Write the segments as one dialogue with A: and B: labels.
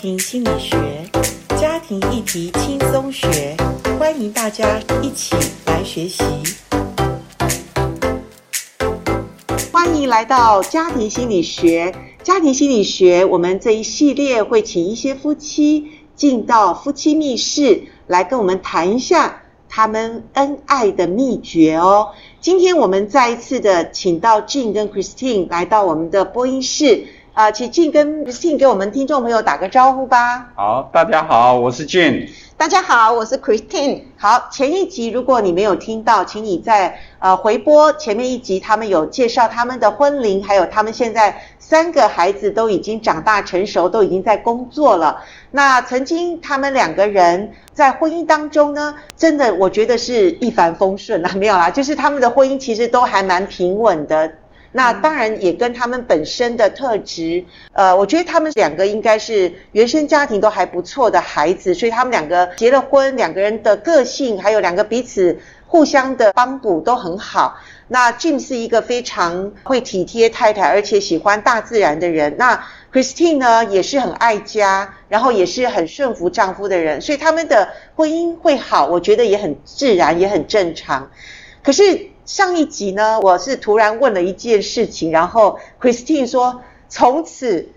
A: 庭心理学，家庭议题轻松学，欢迎大家一起来学习。欢迎来到家庭心理学。家庭心理学，我们这一系列会请一些夫妻进到夫妻密室，来跟我们谈一下他们恩爱的秘诀哦。今天我们再一次的请到 Jean 跟 Christine 来到我们的播音室，啊，请 Jean 跟 Christine 给我们听众朋友打个招呼吧。
B: 好，大家好，我是 Jane。
A: 大家好，我是 Christine。好，前一集如果你没有听到，请你在呃回播前面一集，他们有介绍他们的婚龄，还有他们现在三个孩子都已经长大成熟，都已经在工作了。那曾经他们两个人在婚姻当中呢，真的我觉得是一帆风顺啊， 没有啦，就是他们的婚姻其实都还蛮平稳的。那当然也跟他们本身的特质，呃，我觉得他们两个应该是原生家庭都还不错的孩子，所以他们两个结了婚，两个人的个性还有两个彼此互相的帮补都很好。那 Jim 是一个非常会体贴太太，而且喜欢大自然的人。那 Christine 呢，也是很爱家，然后也是很顺服丈夫的人，所以他们的婚姻会好，我觉得也很自然，也很正常。可是上一集呢，我是突然问了一件事情，然后 Christine 说，从此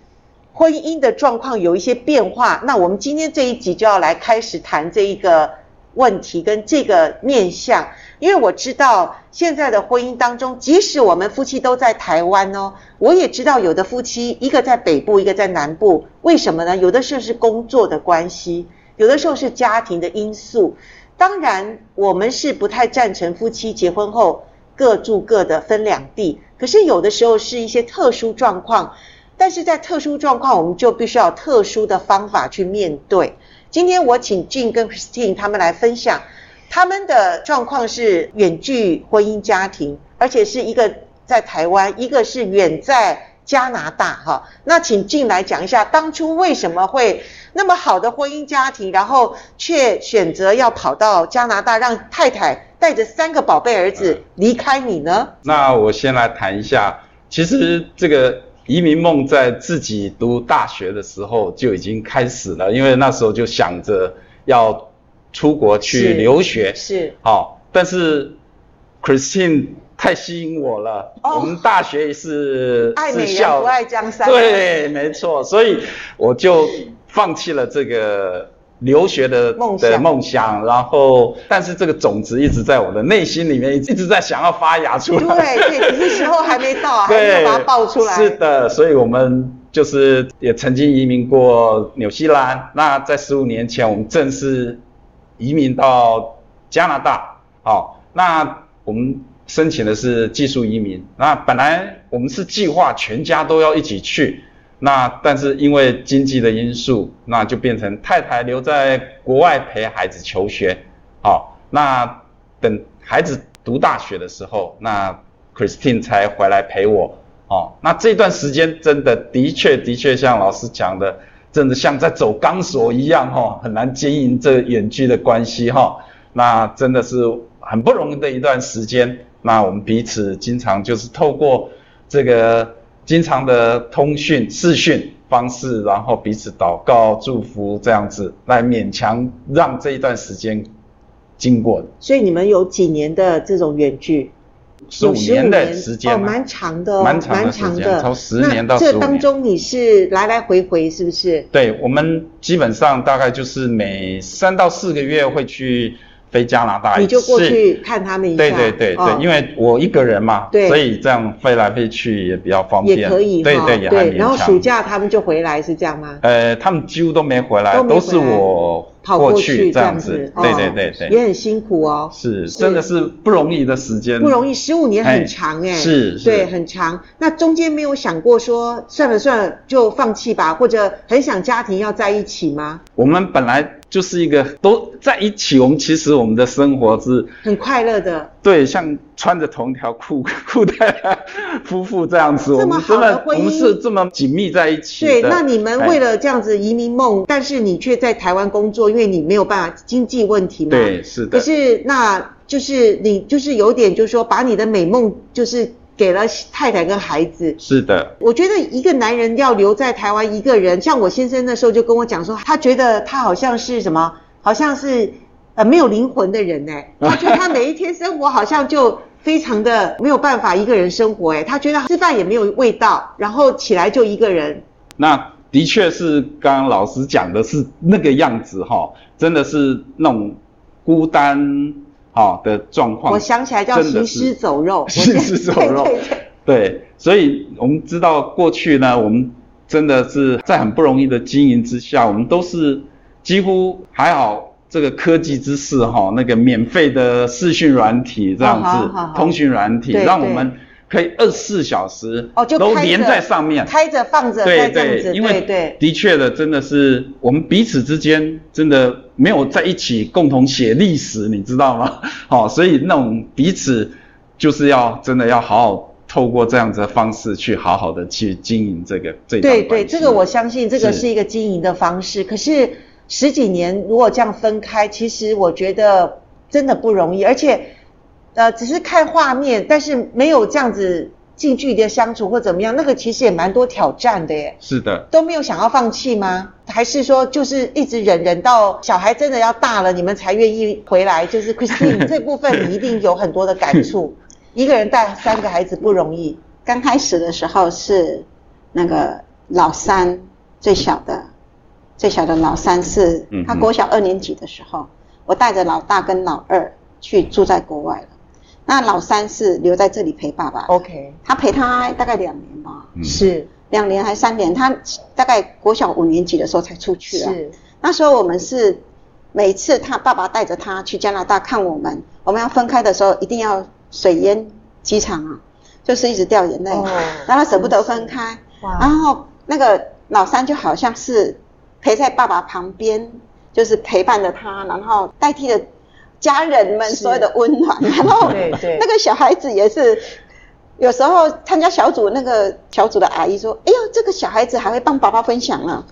A: 婚姻的状况有一些变化。那我们今天这一集就要来开始谈这一个问题跟这个面向，因为我知道现在的婚姻当中，即使我们夫妻都在台湾哦，我也知道有的夫妻一个在北部，一个在南部，为什么呢？有的时候是工作的关系，有的时候是家庭的因素。当然，我们是不太赞成夫妻结婚后各住各的分两地。可是有的时候是一些特殊状况，但是在特殊状况，我们就必须要有特殊的方法去面对。今天我请 Jin 跟 Christine 他们来分享，他们的状况是远距婚姻家庭，而且是一个在台湾，一个是远在加拿大哈。那请 Jin 来讲一下，当初为什么会？那么好的婚姻家庭，然后却选择要跑到加拿大，让太太带着三个宝贝儿子离开你呢？
B: 那我先来谈一下，其实这个移民梦在自己读大学的时候就已经开始了，因为那时候就想着要出国去
A: 是
B: 留学。
A: 是
B: 好、但是 Christine 太吸引我了，
A: 哦
B: 我们大学是
A: 爱美
B: 是
A: 人
B: 校
A: 不爱江山。
B: 对，没错，所以我就放弃了这个留学的
A: 梦想
B: 的梦想，然后但是这个种子一直在我的内心里面，一直在想要发芽出
A: 对
B: 来。
A: 对，只是时候还没到啊，还没有把它爆出来。
B: 是的，所以我们就是也曾经移民过纽西兰，那在十五年前我们正式移民到加拿大。好、那我们申请的是技术移民，那本来我们是计划全家都要一起去。那但是因为经济的因素，那就变成太太留在国外陪孩子求学，好、那等孩子读大学的时候，那 Christine 才回来陪我。哦，那这段时间真的的确的确像老师讲的，真的像在走钢索一样哈、哦，很难经营这远距的关系哈、哦。那真的是很不容易的一段时间。那我们彼此经常就是透过这个经常的通讯、视讯方式，然后彼此祷告、祝福这样子，来勉强让这一段时间经过
A: 所以你们有几年的这种远距？
B: 十五
A: 有15
B: 年的时间
A: 哦，
B: 嘛、
A: 蛮长的哦，
B: 蛮长的
A: 蛮长
B: 时间
A: 的，
B: 从10年到
A: 那
B: 15
A: 这当中你是来来回回，是不是？
B: 对我们基本上大概就是每三到四个月会去飞加拿大一次，
A: 你就过去看他们一下。
B: 对对对对，
A: 哦
B: 因为我一个人嘛，
A: 对
B: 所以这样飞来飞去也比较方便，
A: 也可以
B: 对
A: 哈
B: 对，也还勉强。
A: 然后暑假他们就回来，是这样吗？
B: 呃，他们几乎都没回来，
A: 都没回来
B: 是我
A: 跑过
B: 去
A: 去这
B: 这样
A: 样
B: 子
A: 子，，
B: 对
A: 哦
B: 对对对，
A: 也很辛苦哦，
B: 是
A: 是
B: 真的是不容易的时间，
A: 不容易，十五年
B: 哎
A: 很长哎，
B: 是是
A: 对，很长。那中间没有想过说算了算了就放弃吧，或者很想家庭要在一起吗？
B: 我们本来就是一个都在一起，我们其实我们的生活是
A: 很快乐的，
B: 对，像穿着同一条裤 裤带的夫妇这样子，我
A: 这么
B: 们
A: 好
B: 真
A: 的
B: 的我
A: 婚姻
B: 们是这么紧密在一起
A: 对。
B: 的
A: 那你们
B: 哎
A: 为了这样子移民梦，但是你却在台湾工作，因为你没有办法经济问题嘛。。
B: 对是
A: 可
B: 的，
A: 是那就是你就是有点就是说把你的美梦就是给了太太跟孩子。
B: 是的，
A: 我觉得一个男人要留在台湾一个人，像我先生那时候就跟我讲说，他觉得他好像是什么，好像是呃没有灵魂的人 哎、他觉得他每一天生活好像就非常的没有办法一个人生活哎、他觉得吃饭也没有味道，然后起来就一个人，
B: 那的确是刚刚老师讲的是那个样子哈、真的是那种孤单哈、的状况。
A: 我想起来叫
B: 真
A: 行
B: 的是
A: 尸走肉，我
B: 行尸走 肉
A: 对对对
B: 对，所以我们知道过去呢，我们真的是在很不容易的经营之下，我们都是几乎还好。这个科技之士哈、那个免费的视讯软体这
A: 啊
B: 样
A: 哈
B: 子
A: 啊哈
B: 通讯软体，
A: 对
B: 让我
A: 对
B: 们可以二十四小时
A: 哦就
B: 都
A: 开
B: 连
A: 着
B: 在上面，
A: 开着放着
B: 对
A: 再这样
B: 对，
A: 子，
B: 因
A: 对
B: 为
A: 对，
B: 的确的，真的是我们彼此之间真的没有在一起共同写历史，你知道吗？ 好、所以那种彼此就是要真的要好好透过这样子的方式去好好的去经营这个这段
A: 对
B: 关
A: 对，
B: 系
A: 这个我相信，这个
B: 是
A: 是一个经营的方式。可是十几年如果这样分开，其实我觉得真的不容易，而且呃，只是看画面，但是没有这样子近距离的相处或怎么样，那个其实也蛮多挑战的耶。
B: 是的，
A: 都没有想要放弃吗？还是说就是一直忍忍到小孩真的要大了，你们才愿意回来？就是 Christine 这部分，你一定有很多的感触。一个人带三个孩子不容易，
C: 刚开始的时候是那个老三最小的，最小的老三是
B: 嗯哼
C: 他国小二年级的时候，我带着老大跟老二去住在国外了。那老三是留在这里陪爸爸
A: OK，
C: 他陪他大概两年吧，
B: 嗯、
A: 是
C: 两年还三年，他大概国小五年级的时候才出去啊。
A: 是，
C: 那时候我们是每次他爸爸带着他去加拿大看我们，我们要分开的时候一定要水淹机场啊，就是一直掉眼泪，
A: 哦
C: 然后舍不得分开，啊
A: 哇
C: 然后那个老三就好像是陪在爸爸旁边，就是陪伴着他，然后代替了家人们
A: 是
C: 所有的温暖，然后
A: 对对
C: 那个小孩子也是。有时候参加小组，那个小组的阿姨说：“哎呦，这个小孩子还会帮爸爸分享了、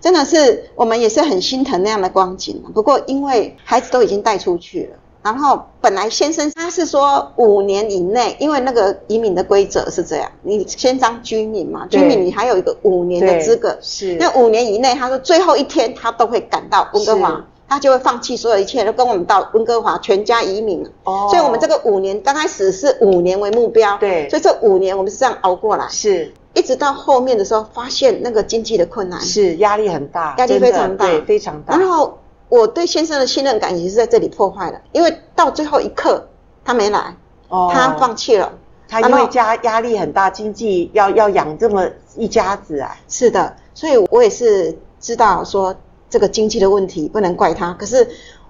C: 真的是我们也是很心疼那样的光景啊。不过因为孩子都已经带出去了，然后本来先生他是说五年以内，因为那个移民的规则是这样，你先当居民嘛，
A: 对
C: 居民你还有一个五年的资格
A: 对，是
C: 那五年以内，他说最后一天他都会赶到温哥
A: 是
C: 华。他就会放弃所有一切，都跟我们到温哥华全家移民了。
A: 哦
C: 所以我们这个五年刚开始是五年为目标，
A: 对
C: 所以这五年我们是这样熬过来，
A: 是
C: 一直到后面的时候发现那个经济的困难，
A: 是压力很大，
C: 压力
A: 真的
C: 非常大
A: 对，非常大。
C: 然后我对先生的信任感也是在这里破坏了，因为到最后一刻他没来，
A: 哦
C: 他放弃了。
A: 他
C: 然
A: 因为
C: 后
A: 家压力很大，经济要要养这么一家子啊，
C: 是的，所以我也是知道说这个经济的问题不能怪他，可是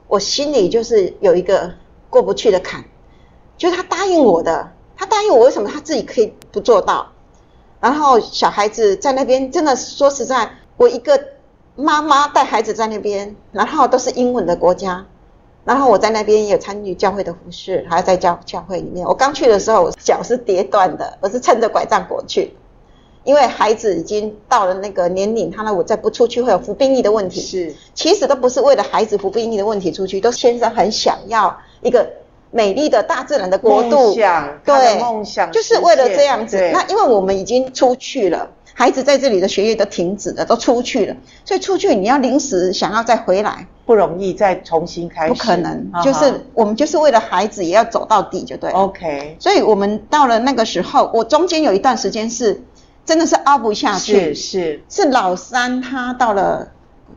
C: 我心里就是有一个过不去的坎，就是他答应我的，他答应我为什么他自己可以不做到？然后小孩子在那边真的说实在，我一个妈妈带孩子在那边，然后都是英文的国家。然后我在那边也参与教会的服饰，还在教教会里面。我刚去的时候，我脚是跌断的，我是撑着拐杖过去。因为孩子已经到了那个年龄，他如果再不出去会有服兵役的问题。，
A: 是
C: 其实都不是为了孩子服兵役的问题出去，都先生很想要一个美丽的大自然的国
A: 梦
C: 度，
A: 想，他的
C: 对，
A: 梦想
C: 就是为了这样子
A: 实现。
C: 那因为我们已经出去了，孩子在这里的学业都停止了，都出去了，所以出去你要临时想要再回来，
A: 不容易再重新开始，
C: 不可能。
A: 啊哈哦
C: 就是我们就是为了孩子也要走到底，就对了。
A: OK，
C: 所以我们到了那个时候，我中间有一段时间是真的是凹不下
A: 是
C: 去，
A: 是，
C: 是老三他到了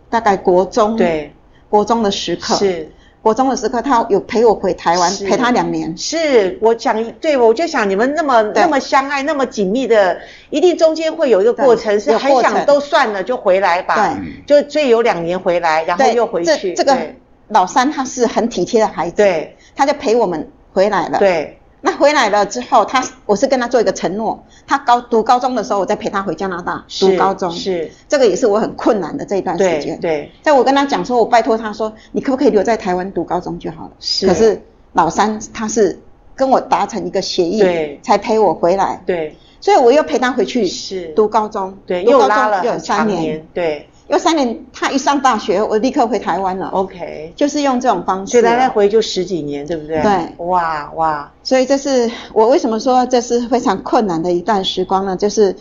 C: 大概国中，，
A: 对，
C: 国中的时刻，
A: 是
C: 国中的时刻，他有陪我回台湾，
A: 是
C: 陪他两年，
A: 是，我想对，我就想你们那么
C: 对
A: 那么相爱，那么紧密的，一定中间会有一个过程，
C: 对
A: 是
C: 有
A: 很
C: 过程
A: 想都算了就回来吧，
C: 对
A: 就所以有两年回来，然后
C: 对，
A: 又回去，
C: 这这个
A: 对
C: 老三他是很体贴的孩子，
A: 对，
C: 他就陪我们回来了，。
A: 对
C: 那回来了之后，他我是跟他做一个承诺，他高读高中的时候，我再陪他回加拿大
A: 是
C: 读高中，
A: 是，
C: 这个也是我很困难的这一段时
A: 对
C: 间，
A: 对
C: 但我跟他讲说，我拜托他说，你可不可以留在台湾读高中就好了。
A: 是
C: 可是老三他是跟我达成一个协议，
A: 对
C: 才陪我回来，
A: 对
C: 所以我又陪他回去
A: 是
C: 读高中，
A: 对，
C: 读
A: 又
C: 高
A: 拉
C: 中
A: 了
C: 又
A: 很
C: 有三
A: 长
C: 年，
A: 对
C: 有三年，他一上大学，我立刻回台湾了，
A: OK，
C: 就是用这种方式。
A: 哦所
C: 啊
A: 以来来，回就十几年，对不对？
C: 对
A: 哇哇，
C: 所以这是我为什么说这是非常困难的一段时光呢？就是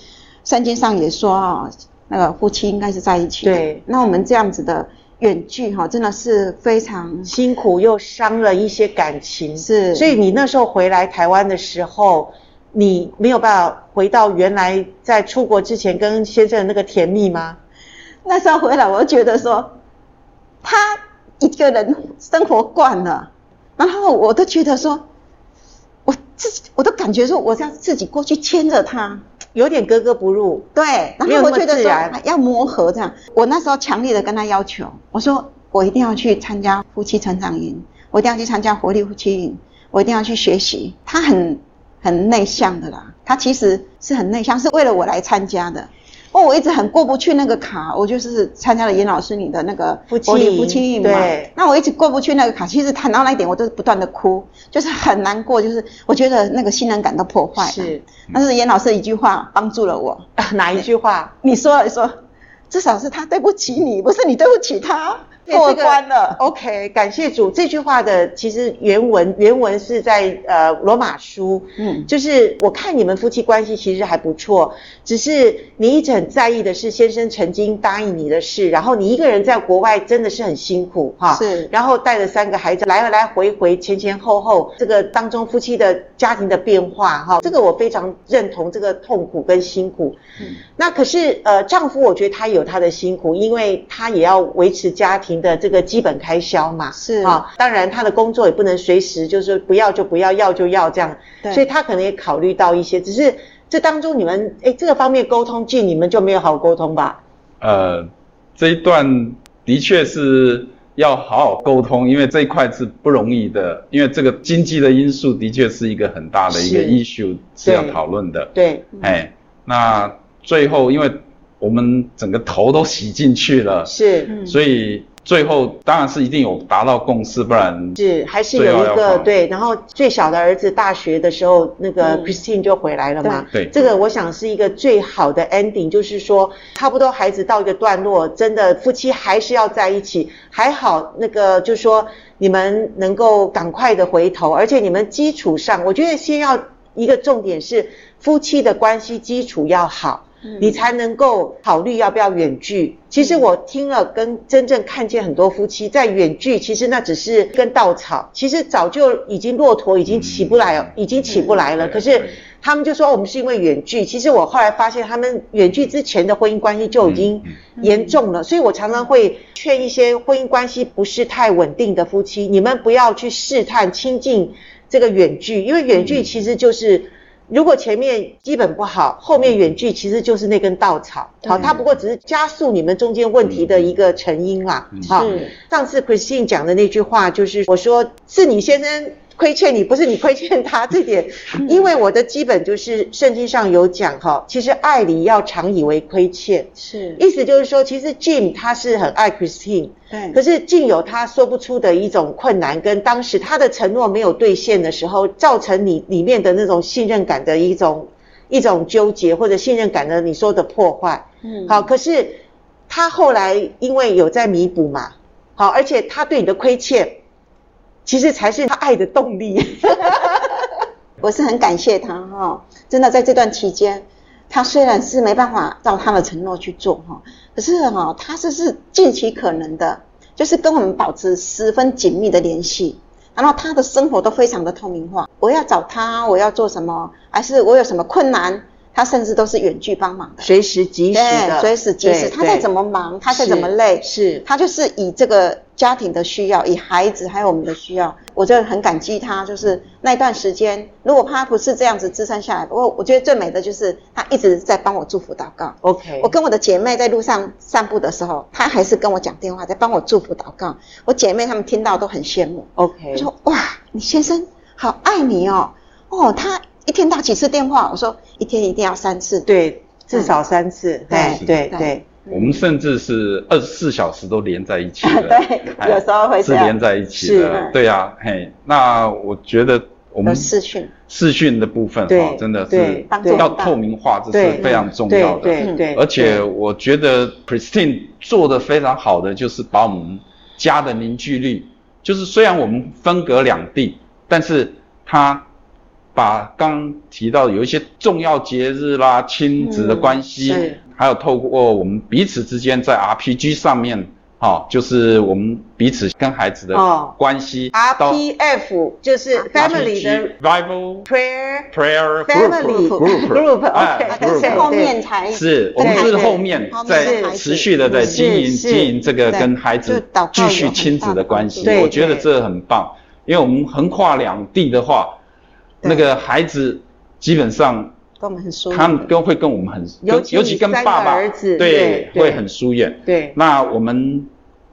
C: 圣经上也说啊、那个夫妻应该是在一起的。
A: 对
C: 那我们这样子的远距哈、真的是非常
A: 辛苦又伤了一些感情，
C: 是，
A: 所以你那时候回来台湾的时候，你没有办法回到原来在出国之前跟先生的那个甜蜜吗？
C: 那时候回来，我就觉得说，他一个人生活惯了，然后我都觉得说，我自己我都感觉说，我要自己过去牵着他，
A: 有点格格不入，
C: 对，然
A: 没有
C: 后我
A: 那么
C: 觉得
A: 自
C: 说
A: 然
C: 啊要磨合这样。我那时候强烈的跟他要求，我说我一定要去参加夫妻成长营，我一定要去参加活力夫妻营，我一定要去学习。他很很内向的啦，他其实是很内向，是为了我来参加的。哦，我一直很过不去那个卡，我就是参加了严老师你的那个
A: 夫妻
C: 活力
A: 营
C: 夫妻营嘛。
A: 对
C: 那我一直过不去那个卡，其实谈到那一点，我都不断的哭，就是很难过，就是我觉得那个信任感都破坏了。
A: 是、
C: 但是严老师一句话帮助了我，
A: 哪一句话？
C: 你说你说，至少是他对不起你，不是你对不起他，
A: 对
C: 过
A: 这个
C: 关 了。
A: OK，感谢主。这句话的其实原文原文是在呃罗马书，
C: 嗯，
A: 就是我看你们夫妻关系其实还不错，只是你一直很在意的是先生曾经答应你的事，然后你一个人在国外真的是很辛苦哈。
C: 是
A: 然后带着三个孩子来来回回前前后后，这个当中夫妻的家庭的变化哈，这个我非常认同这个痛苦跟辛苦。
C: 嗯
A: 那可是呃，丈夫我觉得他有他的辛苦，因为他也要维持家庭的这个基本开销嘛。
C: 是
A: 啊，当然他的工作也不能随时就是不要就不要，要就要这样。
C: 对
A: 所以他可能也考虑到一些，只是这当中你们哎这个方面沟通进你们就没有好沟通吧？
B: 呃，这一段的确是要好好沟通，因为这一块是不容易的，因为这个经济的因素的确是一个很大的一个
A: 是
B: issue 是要
A: 对
B: 讨论的。
A: 对，
B: 哎，那最后因为我们整个头都洗进去了，
A: 是
C: 嗯
B: 所以最后当然是一定有达到共识，不然
A: 是还是
B: 最
A: 有一
B: 后啊要
A: 个
B: 放
A: 对，然后最小的儿子大学的时候，那个
C: 嗯
A: Christine 就回来了嘛。
B: 对对
A: 这个我想是一个最好的 ending，就是说差不多孩子到一个段落，真的夫妻还是要在一起。还好那个就是说你们能够赶快的回头，而且你们基础上，我觉得先要一个重点是夫妻的关系基础要好。
C: 嗯
A: 你才能够考虑要不要远距。其实我听了，跟真正看见很多夫妻在远距，其实那只是根稻草，其实早就已经骆驼已经起不来了，
B: 嗯
A: 已经起不来了。
B: 对
A: 可是
B: 对
A: 他们就说哦我们是因为远距，其实我后来发现他们远距之前的婚姻关系就已经
B: 嗯
A: 严重了，所以我常常会劝一些婚姻关系不是太稳定的夫妻，你们不要去试探亲近这个远距，因为远距其实
B: 嗯
A: 就是。如果前面基本不好，后面远距其实就是那根稻草，好，
C: 嗯
A: 它不过只是加速你们中间问题的一个成因啦
B: 嗯。
A: 好
C: 是，
A: 上次 Christine 讲的那句话就是，我说是你先生亏欠你，不是你亏欠他，这点，
B: 嗯
A: 因为我的基本就是圣经上有讲哈，其实爱里要常以为亏欠，
C: 是，
A: 意思就是说，其实 Jim 他是很爱 Christine，
C: 对，
A: 可是竟有他说不出的一种困难，跟当时他的承诺没有兑现的时候，造成你里面的那种信任感的一种一种纠结，或者信任感的你说的破坏。
C: 嗯
A: 好，，可是他后来因为有在弥补嘛，好，而且他对你的亏欠，其实才是他爱的动力。
C: 我是很感谢他哈、真的在这段期间，他虽然是没办法照他的承诺去做哈、可是哈、他是是尽其可能的，就是跟我们保持十分紧密的联系。然后他的生活都非常的透明化，我要找他，我要做什么，还是我有什么困难，他甚至都是远距帮忙 的。
A: 随时及时的，
C: 对，随时即
A: 对
C: 时，他再
A: 对
C: 怎么忙，他再
A: 是
C: 怎么累，
A: 是
C: 他就是以这个家庭的需要，以孩子还有我们的需要，我就很感激他。就是那段时间，如果他不是这样子支撑下来，我我觉得最美的就是他一直在帮我祝福祷告。
A: OK，
C: 我跟我的姐妹在路上散步的时候，她还是跟我讲电话，在帮我祝福祷告。我姐妹她们听到都很羡慕，
A: OK，
C: 她说：“哇，你先生好爱你哦，哦，他一天打几次电话？”我说：“一天一定要三次。”
A: 对，至少三次，
C: 对
A: 对
C: 对
A: 对
B: 我们甚至是二十四小时都连在 一起的，
C: 对，有时候会
B: 是
C: 这样
B: 连。在一起啊
A: 是呃
B: 的，对啊，嘿，那我觉得我们
C: 视讯，
B: 视讯的部分
A: 对
B: 哈，真的
A: 对
B: 是
C: 帮助很大
B: 要透明化，这
A: 对嗯
B: 是非常重要的。
A: 对对哎对，
B: 而且我觉得 Christine 做的非常好的，就是把我们家的凝聚力，就是虽然我们分隔两地，但是她把刚提到有一些重要节日啦、亲子的关系，
A: 嗯是
B: 还有透过我们彼此之间在 RPG 上面，好、就是我们彼此跟孩子的
A: 哦
B: 关系、到
A: RPF 就是 family 的
B: Rival
A: prayer
B: Prayer
A: family
B: Group
A: group，
B: 哎
A: OK，
C: 但是
B: Group
C: 后面才
B: 是我
C: 跟
B: 们
C: 孩
B: 是
C: 子
B: 后面
C: 后面
B: 在
C: 孩子
B: 持续的在
C: 嗯
B: 经营
A: 是是
B: 经营这个
C: 对
B: 跟孩子
C: 就祷告
B: 继续
C: 有很
B: 亲
C: 大
B: 子
C: 的
B: 的关
C: 帮
B: 系
A: 助，对
B: 我觉得
A: 对
B: 这很棒，因为我们横跨两地的话，
C: 对
B: 那个孩子基本上
C: 跟我们很疏
B: 他们
C: 远的，
B: 跟会跟我们很
A: 尤
B: 跟
A: 其
B: 尤其跟
A: 三个
B: 爸爸
A: 儿子
B: 对
A: 对
B: 会
A: 对
B: 很疏远，
A: 对，
B: 那我们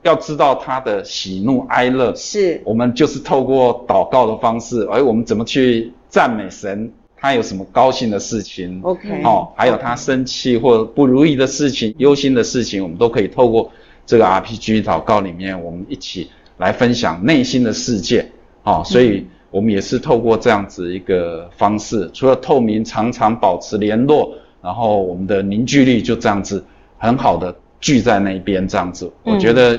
B: 要知道他的喜怒哀乐，
A: 是
B: 我们就是透过祷告的方式，而我们怎么去赞美神，他有什么高兴的事情，
A: OK，
B: 哦，还有他生气或不如意的事情、忧心的事情，我们都可以透过这个 RPG 祷告里面，我们一起来分享内心的世界。哦，所以我们也是透过这样子一个方式，除了透明，常常保持联络，然后我们的凝聚力就这样子很好的聚在那边，这样子，
C: 嗯
B: 我觉得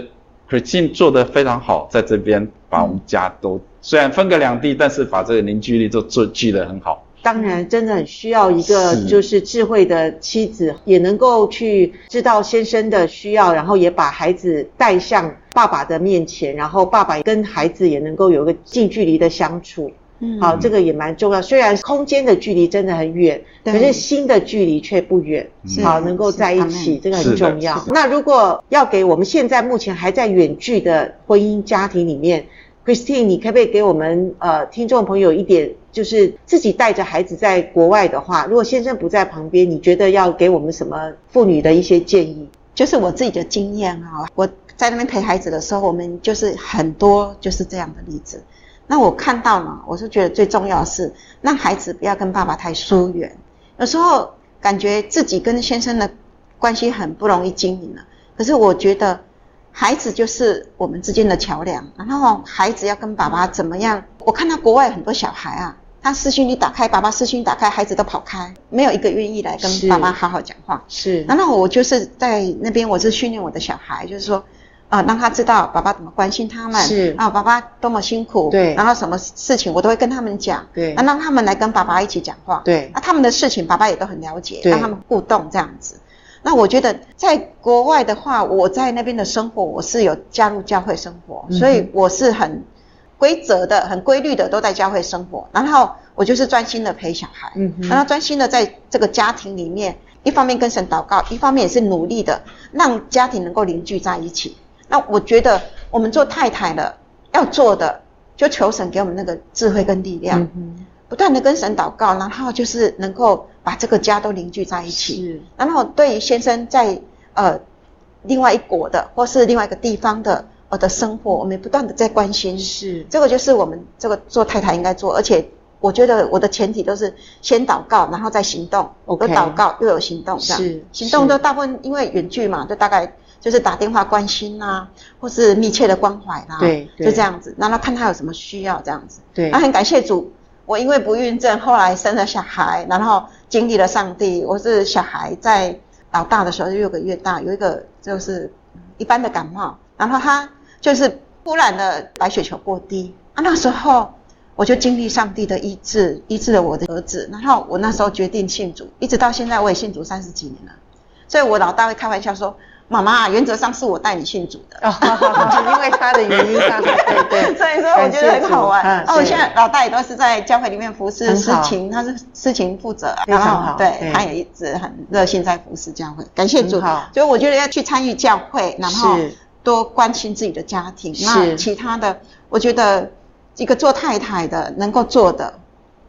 B: Christine 做的非常好，在这边把我们家都、虽然分隔两地，但是把这个凝聚力都做聚得很好。
A: 当然，真的很需要一个
B: 是
A: 就是智慧的妻子，也能够去知道先生的需要，然后也把孩子带向爸爸的面前，然后爸爸跟孩子也能够有一个近距离的相处。
C: 嗯
A: 好，这个也蛮重要。虽然空间的距离真的很远，可
C: 对
A: 是心的距离却不远。
B: 是
A: 好，能够在一
C: 是
A: 起，
C: Amen
A: 这个
B: 是
A: 很
B: 的
A: 重要
B: 是。
A: 那如果要给我们现在目前还在远距的婚姻家庭里面，Christine，你可不可以给我们呃听众朋友一点，就是自己带着孩子在国外的话，如果先生不在旁边，你觉得要给我们什么妇女的一些建议？
C: 就是我自己的经验啊，我在那边陪孩子的时候，我们就是很多就是这样的例子。那我看到了，我是觉得最重要的是让孩子不要跟爸爸太疏远。有时候感觉自己跟先生的关系很不容易经营了，啊可是我觉得孩子就是我们之间的桥梁。然后孩子要跟爸爸怎么样？我看到国外很多小孩啊，他视讯一打开，爸爸视讯一打开，孩子都跑开，没有一个愿意来
A: 是
C: 跟爸爸好好讲话。
A: 是
C: 然后我就是在那边，我是训练我的小孩，就是说，啊、让他知道爸爸怎么关心他们，
A: 是
C: 啊，爸爸多么辛苦，
A: 对
C: 然后什么事情我都会跟他们讲，
A: 对
C: 啊，让他们来跟爸爸一起讲话，
A: 对
C: 啊，他们的事情爸爸也都很了解，
A: 对
C: 让他们互动这样子。那我觉得在国外的话，我在那边的生活，我是有加入教会生活，
A: 嗯哼
C: 所以我是很规则的、很规律的都在教会生活，然后我就是专心的陪小孩，
A: 嗯哼
C: 然后专心的在这个家庭里面，一方面跟神祷告，一方面也是努力的让家庭能够凝聚在一起。那我觉得我们做太太的要做的，就求神给我们那个智慧跟力量，
A: 嗯哼，
C: 不断的跟神祷告，然后就是能够把这个家都凝聚在一起。
A: 是
C: 然后对于先生在呃另外一国的或是另外一个地方的呃的生活，我们不断的在关心。
A: 是
C: 这个就是我们这个做太太应该做，而且我觉得我的前提都是先祷告，然后再行动。
A: OK
C: 有祷告又有行动，这样
A: 是
C: 行动都
A: 是
C: 大部分因为远距嘛，就大概就是打电话关心啦、或是密切的关怀啦、
A: 对对
C: 就这样子，然后看他有什么需要这样子。
A: 对
C: 啊那很感谢主，我因为不孕症，后来生了小孩，然后经历了上帝。我是小孩在老大的时候六个月大，有一个就是一般的感冒，然后他就是突然的白血球过低啊，那时候。我就经历上帝的医治，医治了我的儿子。然后我那时候决定信主，一直到现在我也信主三十几年了。所以我老大会开玩笑说：“妈妈，原则上是我带你信主
A: 哦
C: 的。”
A: 因为他的原因，上对对，
C: 所以说我觉得很好玩。
A: 感谢主
C: 啊，
A: 嗯
C: 我现在老大也都是在教会里面服侍
A: 很
C: 事
A: 好
C: 情，他是事情负责，啊
A: 非常好对
C: 对，他也一直很热心在服侍教会，感谢主
A: 很好。
C: 所以我觉得要去参与教会，然后
A: 是
C: 多关心自己的家庭。
A: 是
C: 那其他的，我觉得一个做太太的能够做的，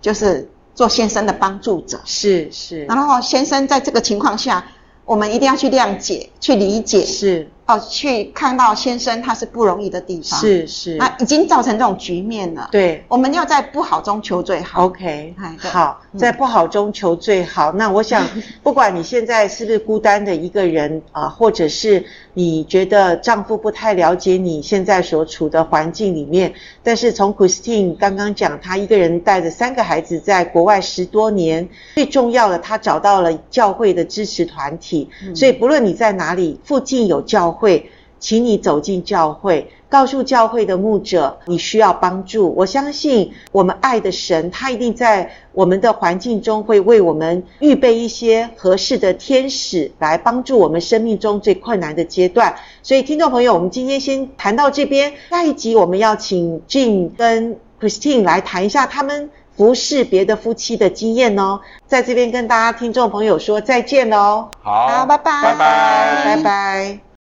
C: 就是做先生的帮助者。
A: 是是
C: 然后先生在这个情况下，我们一定要去谅解、去理解，
A: 是
C: 哦，去看到先生他是不容易的地方。。
A: 是是，
C: 那啊已经造成这种局面了。，
A: 对。
C: 我们要在不好中求最好。
A: OK，
C: 哎对
A: 好，
C: 嗯
A: 在不好中求 最好。那我想，不管你现在是不是孤单的一个人啊、或者是你觉得丈夫不太了解你现在所处的环境里面，但是从 Christine 刚刚讲，她一个人带着三个孩子在国外十多年，最重要的，她找到了教会的支持团体，
C: 嗯
A: 所以不论你在哪里，附近有教会，请你走进教会，告诉教会的牧者你需要帮助。我相信我们爱的神，他一定在我们的环境中会为我们预备一些合适的天使来帮助我们生命中最困难的阶段。所以，听众朋友，我们今天先谈到这边，下一集我们要请 Jim 跟 Christine 来谈一下他们。服侍别的夫妻的经验哦，在这边跟大家听众朋友说再见喽，哦
B: 好，
A: 好，拜拜，
B: 拜拜
A: 拜拜。